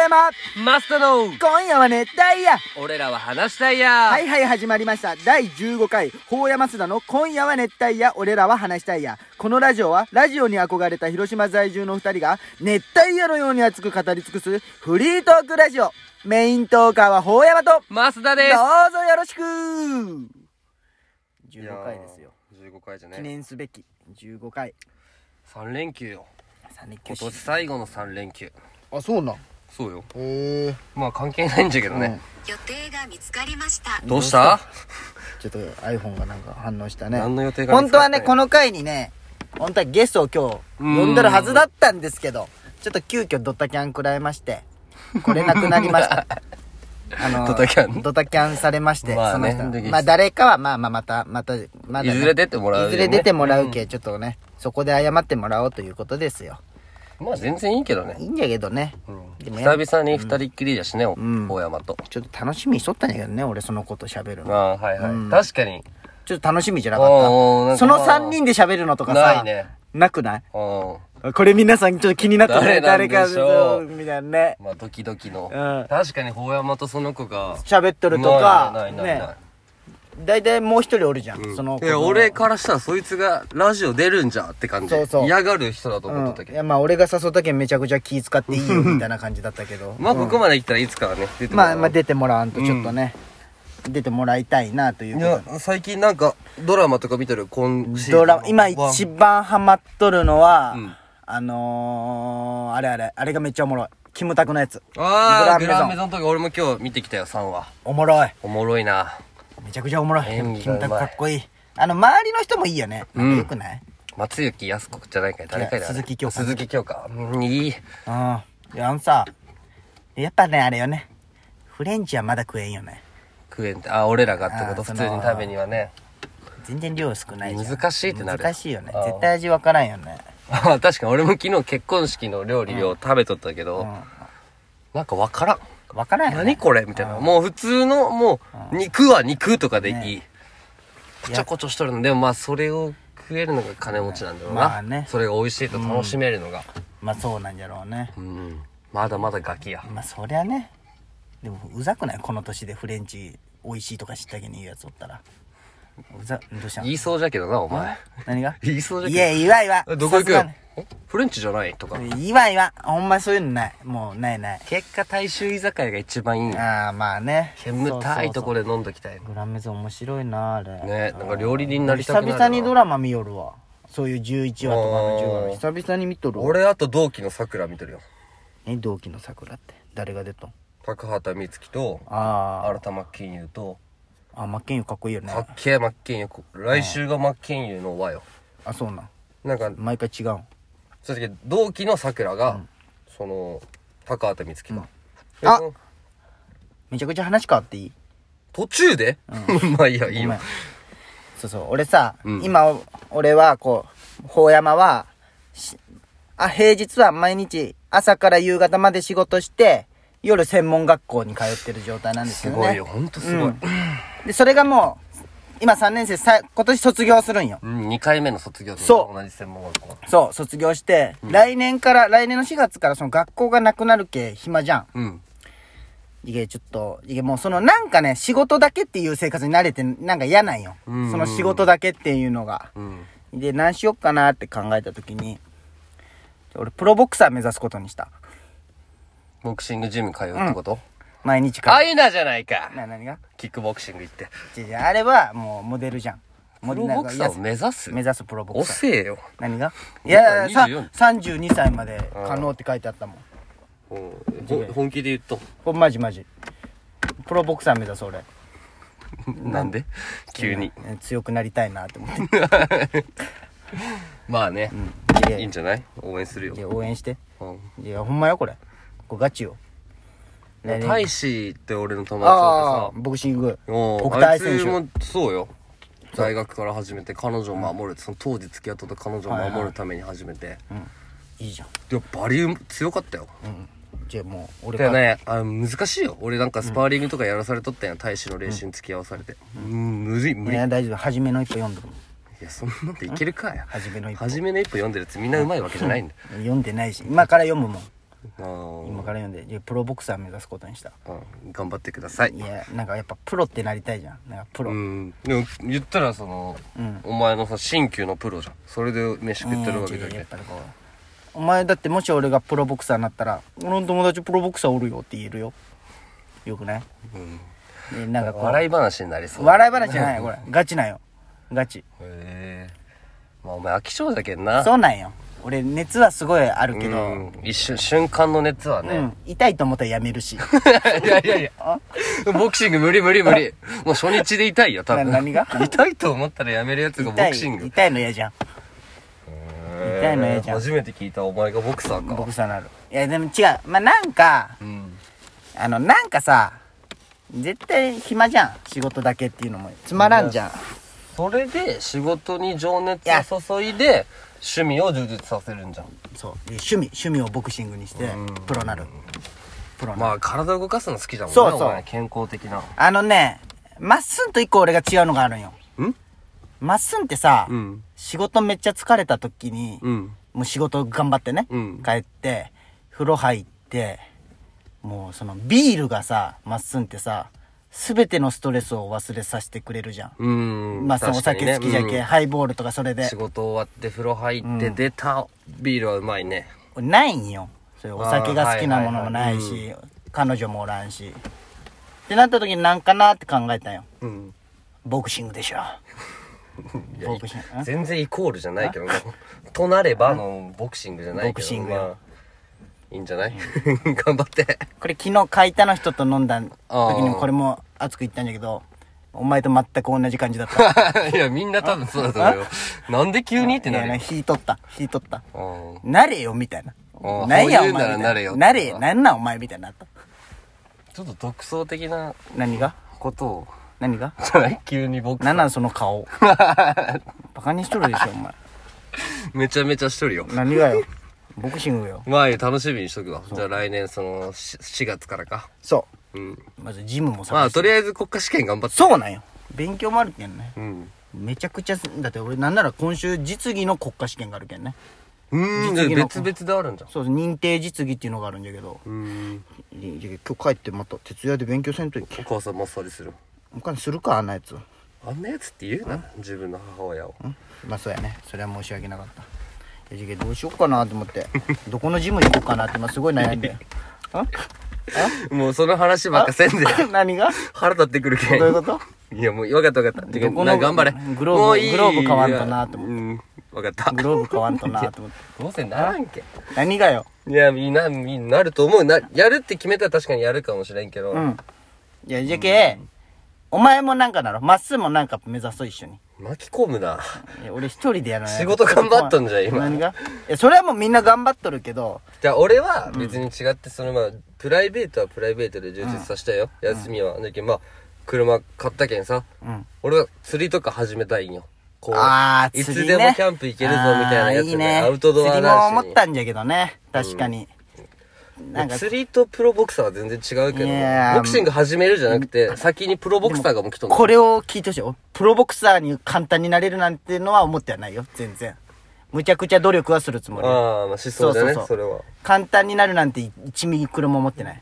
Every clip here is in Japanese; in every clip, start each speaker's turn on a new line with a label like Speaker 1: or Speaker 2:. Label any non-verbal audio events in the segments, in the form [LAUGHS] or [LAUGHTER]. Speaker 1: 山
Speaker 2: マスタの
Speaker 1: 今夜は熱帯夜
Speaker 2: 俺らは話したいや
Speaker 1: はいはい始まりました第15回法山須田の今夜は熱帯夜俺らは話したいやこのラジオはラジオに憧れた広島在住の2人が熱帯夜のように熱く語り尽くすフリートークラジオメイントーカーは法山とど
Speaker 2: マスタ
Speaker 1: う
Speaker 2: です
Speaker 1: ぞよろしく
Speaker 2: いやー
Speaker 1: 15回ですよ
Speaker 2: 15回じゃ
Speaker 1: 記
Speaker 2: ね
Speaker 1: 念すべき15回
Speaker 2: 3連休よ
Speaker 1: 三連休
Speaker 2: 今
Speaker 1: し
Speaker 2: 年最後の3連休
Speaker 1: あそうなんへ
Speaker 2: そうよ
Speaker 1: え
Speaker 2: まあ関係ないんだけどね、
Speaker 3: 予定が見つかりました
Speaker 2: どうした
Speaker 1: ちょっと iPhone がなんか反応したね
Speaker 2: 何の予定が
Speaker 1: 本当はね、こ
Speaker 2: の
Speaker 1: の回にね、本当はゲストを今日、呼んでるはずだったんですけど、ちょっと急遽ドタキャン食らいまして、来れなくなりま
Speaker 2: [LAUGHS]
Speaker 1: した。あの
Speaker 2: ドタキャン
Speaker 1: ドタキャンされまして、
Speaker 2: まあね
Speaker 1: その
Speaker 2: で
Speaker 1: 人。まあ誰かは、まあまあまた、また、まだね、
Speaker 2: いずれ出てもらうよね
Speaker 1: いずれ出てもらうけ、ちょっとね、そこで謝ってもらおうということですよ。
Speaker 2: まあ全然いいけど
Speaker 1: い
Speaker 2: ね、
Speaker 1: いんじゃけどね。でもや
Speaker 2: 久々に2人っきりだしね、
Speaker 1: ん
Speaker 2: 大山と
Speaker 1: ちょっと楽しみにしとったんやけどね、俺そのこと喋る
Speaker 2: あ
Speaker 1: の。
Speaker 2: あはいはい、確かに
Speaker 1: ちょっと楽しみじゃなかった。
Speaker 2: おーおーなんか
Speaker 1: その
Speaker 2: まあ
Speaker 1: 3人で喋るのとかさ、
Speaker 2: ないね
Speaker 1: なくない
Speaker 2: うん
Speaker 1: これ皆さんちょっと気になったね。誰
Speaker 2: 誰な
Speaker 1: か、
Speaker 2: んでしょう
Speaker 1: みたいなね。
Speaker 2: まあドキドキの、
Speaker 1: うん
Speaker 2: 確かに大山とその子が
Speaker 1: 喋っとるとか
Speaker 2: ない、ないない
Speaker 1: ね
Speaker 2: ない。
Speaker 1: 大体もう一人おるじゃん。その
Speaker 2: いや、
Speaker 1: この
Speaker 2: 俺からしたらそいつがラジオ出るんじゃって感じ。
Speaker 1: そうそう
Speaker 2: 嫌がる人だと
Speaker 1: う
Speaker 2: 思っ
Speaker 1: ん
Speaker 2: てた。け
Speaker 1: い
Speaker 2: ど。
Speaker 1: や、まあ俺が誘ったけんめちゃくちゃ気使っていい
Speaker 2: [LAUGHS]
Speaker 1: よ、みたいな感じだったけど。
Speaker 2: まあ、ここまで来たらいつかはね、出ても
Speaker 1: ま
Speaker 2: ら
Speaker 1: あ、
Speaker 2: う
Speaker 1: まあ出てもらわんとちょっとね、出てもらいたいなという
Speaker 2: い
Speaker 1: こ
Speaker 2: や、最近なんか、ドラマとか見てる今
Speaker 1: と
Speaker 2: シーズ
Speaker 1: で。
Speaker 2: ン
Speaker 1: ドラマ、今一番ハマっとるのは
Speaker 2: うん、
Speaker 1: あのー、あれあれ、あれがめっちゃおもろい。キムタクのやつ。
Speaker 2: ああ、
Speaker 1: グ
Speaker 2: グ
Speaker 1: ラ
Speaker 2: ラ
Speaker 1: ン
Speaker 2: ン
Speaker 1: メ
Speaker 2: メ
Speaker 1: ゾ
Speaker 2: ゾンとか俺も今日見てきたよ、3話。
Speaker 1: おもろい。
Speaker 2: おもろいな。
Speaker 1: めちゃくちゃおもろい。
Speaker 2: 演技がうまい
Speaker 1: キムタクかっこいい。あの、周りの人もいいよね。
Speaker 2: うん
Speaker 1: よくない
Speaker 2: 松雪康子じゃないかい誰かいだ
Speaker 1: いや鈴木京香
Speaker 2: 鈴木京香。うん
Speaker 1: うん。
Speaker 2: いい。
Speaker 1: いや、あのさ、やっぱね、あれよね。フレンチはまだ食えんよね。
Speaker 2: 食えんって、あ、俺らがってこと、
Speaker 1: あーそ
Speaker 2: 普
Speaker 1: の
Speaker 2: 通に食べにはね。
Speaker 1: 全然量少ないじゃん。
Speaker 2: 難しいってなる
Speaker 1: 難しいよね
Speaker 2: あ。ー
Speaker 1: 絶対味わからんよね。
Speaker 2: あー [LAUGHS] 確かに俺も昨日結婚式の料理を食べとったけど、なんかわからん。
Speaker 1: わからんよね。
Speaker 2: 何これみたいな。もう普通の、もう、肉は肉とかでいい。こちょこちょしとるの。でもまあ、それを食えるのが金持ちなんだろうな。
Speaker 1: まあね
Speaker 2: それが美味しいと楽しめるのが。
Speaker 1: まあそうなんじゃろうね。
Speaker 2: うん。まだまだガキや。
Speaker 1: まあそりゃね。でも、うざくないこの年でフレンチ美味しいとか知ったけに言うやつおったら。うざ、どうしたの
Speaker 2: 言いそうじゃけどな、お前。
Speaker 1: 何が
Speaker 2: 言いそうじゃ
Speaker 1: い
Speaker 2: けど
Speaker 1: や、言わん言わん。
Speaker 2: え。どこ行く
Speaker 1: さす
Speaker 2: よ
Speaker 1: がに。
Speaker 2: えフレンチじゃないとか。
Speaker 1: 言わん言わん。ほんまそういうのない。もう、ないない。
Speaker 2: 結果、大衆居酒屋が一番いいんや。
Speaker 1: ああ、まあね。
Speaker 2: 煙たいとこで飲んどきたい
Speaker 1: グランメゾン面白いなあれ
Speaker 2: ねなんか料理人になりたくなるな
Speaker 1: 久々にドラマ見よるわそういう11話とかの10話久々に見とるわ
Speaker 2: 俺、あと同期の桜見てるよ。
Speaker 1: え同期の桜って誰が出とん
Speaker 2: 高畑充希と、
Speaker 1: あ
Speaker 2: 新田真剣佑と、
Speaker 1: ああ真剣佑かっこいいよね
Speaker 2: かっけえ真剣佑。来週が真剣佑の輪よ。
Speaker 1: あそうなん
Speaker 2: なんか、
Speaker 1: 毎回違うん
Speaker 2: その時同期のさくらが、その高畑充希が、で
Speaker 1: あ
Speaker 2: その
Speaker 1: めちゃくちゃ話変わっていい
Speaker 2: 途中で、 [LAUGHS] まあいいや
Speaker 1: ご
Speaker 2: いい
Speaker 1: めん
Speaker 2: よ
Speaker 1: そうそう俺さ、
Speaker 2: うん
Speaker 1: 今お俺はこう法山はしあ平日は毎日朝から夕方まで仕事して夜専門学校に通ってる状態なんです
Speaker 2: す
Speaker 1: けどね
Speaker 2: ごいよほんとすごい、
Speaker 1: でそれがもう今3年生さ今年卒業するんよ
Speaker 2: うん、2回目の卒業と
Speaker 1: そう
Speaker 2: 同じ専門学校
Speaker 1: そう卒業して、来年から来年の4月からその学校がなくなるけ暇じゃん
Speaker 2: うん
Speaker 1: いけちょっといけもうそのなんかね仕事だけっていう生活に慣れてなんか嫌なんよ、
Speaker 2: うん
Speaker 1: その仕事だけっていうのが
Speaker 2: うん
Speaker 1: で何しよっかなって考えた時に俺プロボクサー目指すことにした
Speaker 2: ボクシングジム通うってこと、
Speaker 1: 毎日
Speaker 2: あ
Speaker 1: か
Speaker 2: いなじゃないから
Speaker 1: な何が
Speaker 2: キックボクシング行って
Speaker 1: 違う違うあれはもうモデルじゃんモ
Speaker 2: プ
Speaker 1: デル
Speaker 2: ロボクサーを目指す
Speaker 1: 目指すプロボクサー
Speaker 2: 遅えよ、
Speaker 1: 何がい
Speaker 2: 今
Speaker 1: や、さ、
Speaker 2: 24
Speaker 1: 32歳まで可能って書いてあったもん。
Speaker 2: うん、ほ本気で言っと
Speaker 1: ほんまじまじ。プロボクサー目指す俺。
Speaker 2: なんで急に
Speaker 1: え強くなりたいなって思って。
Speaker 2: [LAUGHS] まあね、
Speaker 1: いや
Speaker 2: いいんじゃない応援するよ
Speaker 1: いや応援して。
Speaker 2: うん
Speaker 1: いや、ほんまよ、これ。これガチよ。来年
Speaker 2: 大使って俺の友達だ
Speaker 1: ああ、
Speaker 2: ってさ
Speaker 1: ボクシング。
Speaker 2: お
Speaker 1: 国
Speaker 2: あい
Speaker 1: 体
Speaker 2: つ
Speaker 1: 選
Speaker 2: もそうよ大学から始めて彼女を守るその当時付き合っとった彼女を守るために始めて、
Speaker 1: 手。いいじゃん。
Speaker 2: でバリウム強かったよ、
Speaker 1: じゃあもう、俺
Speaker 2: だよ
Speaker 1: が。
Speaker 2: ねあ難しいよ俺なんかスパーリングとかやらされとったやん大使の練習に付き合わされてうん、無理無
Speaker 1: い
Speaker 2: 理い
Speaker 1: や、大丈夫。初めの一歩読んでる。
Speaker 2: やそんなんでいけるかや
Speaker 1: 初めの一歩。
Speaker 2: 初めの一歩読んでるやつみんなうまいわけじゃないんだ
Speaker 1: 読んでないし。今から読むもん。
Speaker 2: あー
Speaker 1: 今から読んでいやプロボクサー目指すことにした
Speaker 2: うん頑張ってください
Speaker 1: いやなんかやっぱプロってなりたいじゃんなんかプロ、
Speaker 2: うんでも言ったらその、
Speaker 1: うん
Speaker 2: お前のさ新旧のプロじゃんそれで飯食ってるわけじゃ
Speaker 1: うんんや
Speaker 2: け
Speaker 1: っぱりこうお前だってもし俺がプロボクサーになったら俺の友達プロボクサーおるよって言えるよよくない、でなんかこう
Speaker 2: 笑い話になりそう
Speaker 1: 笑い話じゃないよこれガチなんよガチ
Speaker 2: へえまあお前飽き性だけんな
Speaker 1: そうなんよ俺熱はすごいあるけど、うん
Speaker 2: うん一瞬瞬間の熱はね、
Speaker 1: 痛いと思ったらやめるし [LAUGHS]
Speaker 2: [LAUGHS] いやいやいやボクシング無理無理無理もう初日で痛いよ多分
Speaker 1: な何が
Speaker 2: [LAUGHS] 痛いと思ったらやめるやつがボ
Speaker 1: 痛
Speaker 2: ク
Speaker 1: い
Speaker 2: シング
Speaker 1: 痛いの嫌じゃん
Speaker 2: へえ
Speaker 1: 痛いの嫌じゃん
Speaker 2: 初めて聞いたお前がボクサー
Speaker 1: ボ
Speaker 2: か
Speaker 1: クサーになるいやでも違うまあなんか
Speaker 2: うん
Speaker 1: あのなんかさ絶対暇じゃん仕事だけっていうのもつまらんじゃん
Speaker 2: それで仕事に情熱を注いで趣味を充実させるんじゃん
Speaker 1: そうで趣味趣味をボクシングにしてプロなるプロなる、
Speaker 2: まあ体動かすの好きだもんね
Speaker 1: そうそう
Speaker 2: お前健康的な
Speaker 1: あのねまっすんと一個俺が違うのがあるんよ
Speaker 2: ん
Speaker 1: まっすんってさ、
Speaker 2: うん
Speaker 1: 仕事めっちゃ疲れた時に、
Speaker 2: うん
Speaker 1: もう仕事頑張ってね、
Speaker 2: うん
Speaker 1: 帰って風呂入ってもうそのビールがさまっすんってさ全てのストレスを忘れさせてくれるじゃん、
Speaker 2: うん
Speaker 1: まっすんお
Speaker 2: 確かに
Speaker 1: 酒
Speaker 2: ね
Speaker 1: 好きじゃけ、
Speaker 2: うん
Speaker 1: ハイボールとかそれで
Speaker 2: 仕事終わって風呂入って出たビールはうまいね
Speaker 1: ないんよそういうお酒が好きなものもないし、彼女もおらんしってなった時に何かなって考えたんよ
Speaker 2: うん
Speaker 1: ボクシングでしょ
Speaker 2: いや
Speaker 1: ボクシングん
Speaker 2: 全然イコールじゃないけどねとなればのボクシングじゃないけど
Speaker 1: ボクシングよ
Speaker 2: まあいいんじゃない [LAUGHS] 頑張
Speaker 1: [LAUGHS]
Speaker 2: って
Speaker 1: これ昨日買いたの人と飲んだ時にも
Speaker 2: あー
Speaker 1: これも熱く言ったんだけどお前と全く同じ感じだったっ
Speaker 2: いやみんな多分そうだと思うよなんで急に [LAUGHS] ってなるよ
Speaker 1: 引いとった引いとった
Speaker 2: うん
Speaker 1: なれよみたいな
Speaker 2: ー
Speaker 1: なんや
Speaker 2: そう
Speaker 1: お
Speaker 2: 言うな
Speaker 1: 前
Speaker 2: ら
Speaker 1: みたい
Speaker 2: なれよ
Speaker 1: なれなんなんお前みたいになった
Speaker 2: ちょっと独創的な
Speaker 1: 何が
Speaker 2: ことを
Speaker 1: 何が
Speaker 2: じゃない [LAUGHS] 急に僕
Speaker 1: なんなんその顔
Speaker 2: [LAUGHS]
Speaker 1: バカにしとるでしょお前
Speaker 2: めちゃめちゃしとるよ
Speaker 1: 何がよボクシングよ
Speaker 2: まあ楽しみにしとくわじゃあ来年そのし4月からか
Speaker 1: そ
Speaker 2: うん
Speaker 1: うまずジムも
Speaker 2: ま
Speaker 1: さ
Speaker 2: あとりあえず国家試験頑張って
Speaker 1: そうなんよ勉強もあるけんね
Speaker 2: うん
Speaker 1: めちゃくちゃすだって俺なんなら今週実技の国家試験があるけんね
Speaker 2: うん
Speaker 1: 実技の
Speaker 2: 別々であるんじゃん
Speaker 1: そう認定実技っていうのがあるんだけど
Speaker 2: うん
Speaker 1: いやいや今日帰ってまた徹夜で勉強せんといけ
Speaker 2: お母さんマッサージする
Speaker 1: お金するかあんなやつ
Speaker 2: あんなやつって言うな自分の母親を
Speaker 1: まあそうやねそれは申し訳なかったいやじゃあどうしようかなと思ってどこのジム行こうかなって今すごい悩ん
Speaker 2: [LAUGHS]
Speaker 1: でんあ
Speaker 2: もうその話ばっかせんで
Speaker 1: [LAUGHS] 何
Speaker 2: [LAUGHS]
Speaker 1: が
Speaker 2: 腹立ってくるけん
Speaker 1: どういうこと
Speaker 2: いやもう分かった分かったてか
Speaker 1: どこの
Speaker 2: な頑張れ
Speaker 1: グローブ
Speaker 2: もういい
Speaker 1: グローブ買わんとなと思って
Speaker 2: うん分かった
Speaker 1: グローブ買わんとなと思って
Speaker 2: どうせならんけ
Speaker 1: 何がよ
Speaker 2: いや、みんな、みんななると思う。な、やるって決めたら確かにやるかもしれんけど。
Speaker 1: うんいやじゃけお前もなんかなろまっすーもなんか目指そう一緒に
Speaker 2: 巻き込むな。
Speaker 1: いや俺一人でやらない
Speaker 2: 仕事頑張っとんじゃん今
Speaker 1: 何がいやそれはもうみんな頑張っとるけど
Speaker 2: じゃあ、俺は別に違って、そのまあ、プライベートはプライベートで充実させたよ。休みは。だけどまあ、車買ったけんさ。
Speaker 1: うん
Speaker 2: 俺は釣りとか始めたいんよ。こう、
Speaker 1: あー
Speaker 2: い
Speaker 1: 釣り、ね、
Speaker 2: つでもキャンプ行けるぞみたいなや
Speaker 1: あー
Speaker 2: つで、
Speaker 1: いいね
Speaker 2: アウトドア
Speaker 1: 釣り
Speaker 2: 男
Speaker 1: も
Speaker 2: 子に
Speaker 1: 思ったんじゃけどね確かに、なんか
Speaker 2: 釣りとプロボクサーは全然違うけど
Speaker 1: いやー、
Speaker 2: ボクシング始めるじゃなくて、先にプロボクサーがもう来とんの
Speaker 1: これを聞いてほしい俺プロボクサーに簡単になれるなんてのは思ってはないよ全然むちゃくちゃ努力はするつもり
Speaker 2: ああ、まあ、しそうだね、
Speaker 1: そうそうそう
Speaker 2: それは。
Speaker 1: 簡単になるなんて1ミリくるも思ってない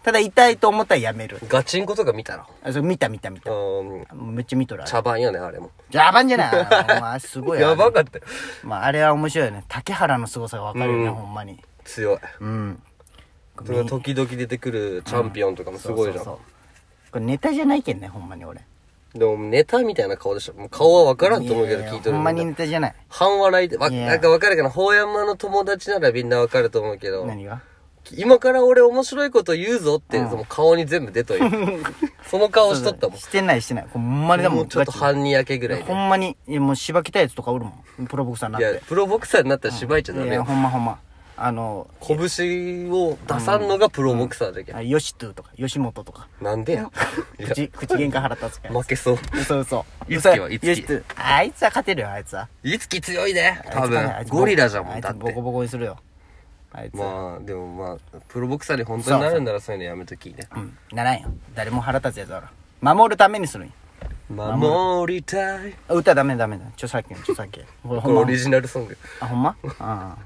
Speaker 1: ただ痛いと思ったらやめる
Speaker 2: ガチンコとか見たら。
Speaker 1: あそれ見た見た見た
Speaker 2: うん、
Speaker 1: めっちゃ見とるあれ
Speaker 2: 茶番よね、あれも。
Speaker 1: やばんじゃないあ
Speaker 2: [LAUGHS]
Speaker 1: れまあすごいあれ
Speaker 2: やばかったよ。
Speaker 1: まああれは面白いよね竹原の凄さがわかるよね、
Speaker 2: うん
Speaker 1: ほんまに
Speaker 2: 強い。
Speaker 1: うん
Speaker 2: それが時々出てくるチャンピオンとかもすごいじ
Speaker 1: そ
Speaker 2: ゃ。
Speaker 1: うそうんそうこれネタじゃないけんねほんまに俺
Speaker 2: でもネタみたいな顔でしょ。もう顔はわからんと思うけど
Speaker 1: いやいや
Speaker 2: 聞いとる
Speaker 1: ほん
Speaker 2: ん
Speaker 1: ま
Speaker 2: だ
Speaker 1: にネタじゃない
Speaker 2: 半笑いで、わ
Speaker 1: いや
Speaker 2: なんかわかるかな。法山の友達ならみんなわかると思うけど、
Speaker 1: 何が
Speaker 2: 今から俺面白いこと言うぞって、その顔に全部出とるよ。
Speaker 1: [LAUGHS]
Speaker 2: その顔しとったもん。
Speaker 1: してないしてないほんまにだも
Speaker 2: も
Speaker 1: ん
Speaker 2: うちょっと
Speaker 1: ガチ
Speaker 2: 半に焼けぐらい
Speaker 1: ほ
Speaker 2: で。
Speaker 1: んまにいやもうしばきたやつとかおるもんプロボクサーにないっ
Speaker 2: や
Speaker 1: て、
Speaker 2: プロボクサーになったら芝居ちゃダ
Speaker 1: い
Speaker 2: メ
Speaker 1: や
Speaker 2: よ。
Speaker 1: ほんまほんまあの
Speaker 2: 拳を出さんのがプロボクサーだけ
Speaker 1: あ。ヨシトゥとか吉本とか
Speaker 2: なんでや。いや
Speaker 1: 口口喧嘩腹立つから
Speaker 2: 負けそう。
Speaker 1: そうそ
Speaker 2: いつきはいつき
Speaker 1: ヨシトゥあいつは勝てるよあいつはい
Speaker 2: つき強いで。
Speaker 1: あいつ
Speaker 2: 多
Speaker 1: 勝てるあ
Speaker 2: 分
Speaker 1: い。つボ
Speaker 2: ゴリラじゃも
Speaker 1: あ
Speaker 2: ん、
Speaker 1: い
Speaker 2: だ
Speaker 1: つ
Speaker 2: って
Speaker 1: ボ。コボコにするよあいつ、
Speaker 2: まあでもまあプロボクサーに本当になるんならそういうのやめときね
Speaker 1: うんならんよ誰も腹立つやつだろ守るためにするんよ
Speaker 2: 守りたい [LAUGHS]
Speaker 1: あ歌ダメダメだ著作権著作権ほ
Speaker 2: これオリジナルソング
Speaker 1: あほんまああ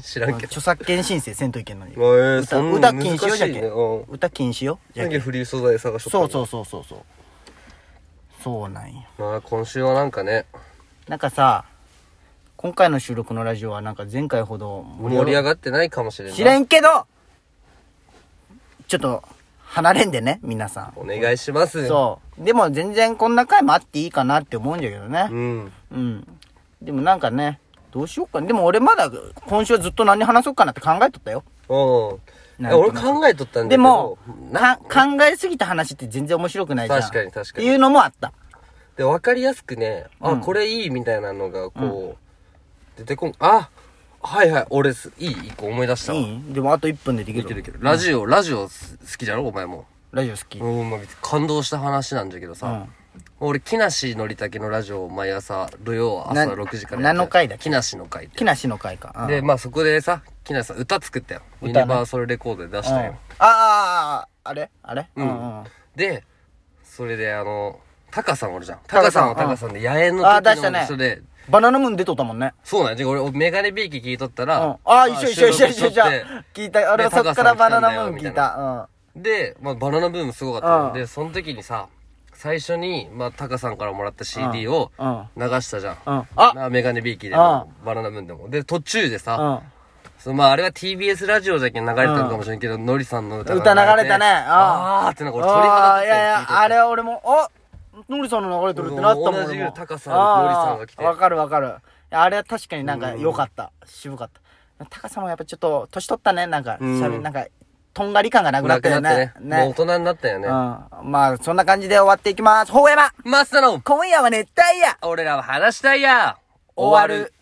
Speaker 2: 知らんけど
Speaker 1: 著作権申請せんといけんのに。
Speaker 2: ま [LAUGHS] あえー
Speaker 1: 歌
Speaker 2: そんな
Speaker 1: 歌
Speaker 2: ん
Speaker 1: 禁止よ、
Speaker 2: 難
Speaker 1: じゃ
Speaker 2: しい
Speaker 1: け
Speaker 2: ね
Speaker 1: ん
Speaker 2: うん。
Speaker 1: 歌禁止よ、じゃ
Speaker 2: だ
Speaker 1: け
Speaker 2: け
Speaker 1: ん。
Speaker 2: フリー素材探しとった
Speaker 1: そうそううそうそうそう。そうなんよ。
Speaker 2: まあ今週はなんかね
Speaker 1: なんかさ、今回の収録のラジオはなんか前回ほど
Speaker 2: 盛り上
Speaker 1: っ
Speaker 2: がってないかもしれない
Speaker 1: 知れんけど、ちょっと離れんでね、皆さん。
Speaker 2: お願いします
Speaker 1: そう。でも全然こんな回もあっていいかなって思うんだけどね。
Speaker 2: ん
Speaker 1: うん。でもなんかね、どうしようか。でも俺まだ今週はずっと何話そうかなって考えとったよ。
Speaker 2: うんい
Speaker 1: なん
Speaker 2: や
Speaker 1: と
Speaker 2: 俺
Speaker 1: なく
Speaker 2: 考えとったんだけど
Speaker 1: でも、
Speaker 2: な
Speaker 1: か考えすぎた話って全然面白くないじゃん。
Speaker 2: 確かに確かに
Speaker 1: っていうのもあった。
Speaker 2: で分かりやすくねあ、
Speaker 1: うん
Speaker 2: これいいみたいなのがこう、出てこんあはいはい俺すいい一個思い出したわ
Speaker 1: いいでもあと1分でできる。
Speaker 2: いけるいけるラジオ、ラジオす好きじゃろお前も
Speaker 1: ラジオ好き。うん。
Speaker 2: うんまあ感動した話なんじゃけどさ、俺木梨憲武のラジオを毎朝土曜朝
Speaker 1: な
Speaker 2: 6時からやってる
Speaker 1: 何の回だっけ
Speaker 2: 木梨の回って
Speaker 1: 木梨の会か。うん
Speaker 2: でまあそこでさ木梨さん歌作ったよ、
Speaker 1: ね
Speaker 2: ユニバーサルレコードで出したよ、
Speaker 1: あああれあれ
Speaker 2: うん
Speaker 1: うんうん
Speaker 2: でそれであのタカさんおるじゃん
Speaker 1: タ
Speaker 2: タカ
Speaker 1: カ
Speaker 2: さ
Speaker 1: さ
Speaker 2: ん
Speaker 1: ん
Speaker 2: はタカさんで野猿の
Speaker 1: あー出
Speaker 2: 時
Speaker 1: した
Speaker 2: の
Speaker 1: ね
Speaker 2: 人で
Speaker 1: バナナムーン出とったもんね
Speaker 2: そうなんですよ俺俺メガネビーキ聞いとった
Speaker 1: うん
Speaker 2: ら、
Speaker 1: ああ一緒一緒一緒一緒一緒聞いた俺はそっからバナナムーン聞い
Speaker 2: た
Speaker 1: た
Speaker 2: で、まあ、バナナブームすごかったの、
Speaker 1: うん
Speaker 2: でその時にさ最初に、まあ、タカさんからもらった CD を
Speaker 1: うんうん
Speaker 2: 流したじゃん、
Speaker 1: うんあ
Speaker 2: なメガネビーキで
Speaker 1: うん
Speaker 2: も、バナナブームでもで途中で
Speaker 1: うんう
Speaker 2: さ、
Speaker 1: ん
Speaker 2: そのまあ、あれは TBS ラジオじゃけん流れたのかもしれんけど、ノリさんの歌
Speaker 1: 歌
Speaker 2: が
Speaker 1: 流れたね
Speaker 2: あーってなんか俺鳥肌
Speaker 1: あーいやいやあれは俺もあノリさんの流れてるってなったもん
Speaker 2: 同じ
Speaker 1: 俺も
Speaker 2: よ高さのノリさんが来て
Speaker 1: あーわかるわかるいやあれは確かになんか良かった渋かった高さもやっぱちょっと年取ったねなんか
Speaker 2: うん
Speaker 1: しゃべなんかとんがり感がなくな
Speaker 2: な
Speaker 1: っ
Speaker 2: く
Speaker 1: た
Speaker 2: な
Speaker 1: よ
Speaker 2: っ
Speaker 1: ね
Speaker 2: てねもう大人になったよね、
Speaker 1: うんまあそんな感じで終わっていきますほうやま
Speaker 2: マスターの
Speaker 1: 今夜は熱帯夜
Speaker 2: 俺らは話したいや
Speaker 1: 終わる。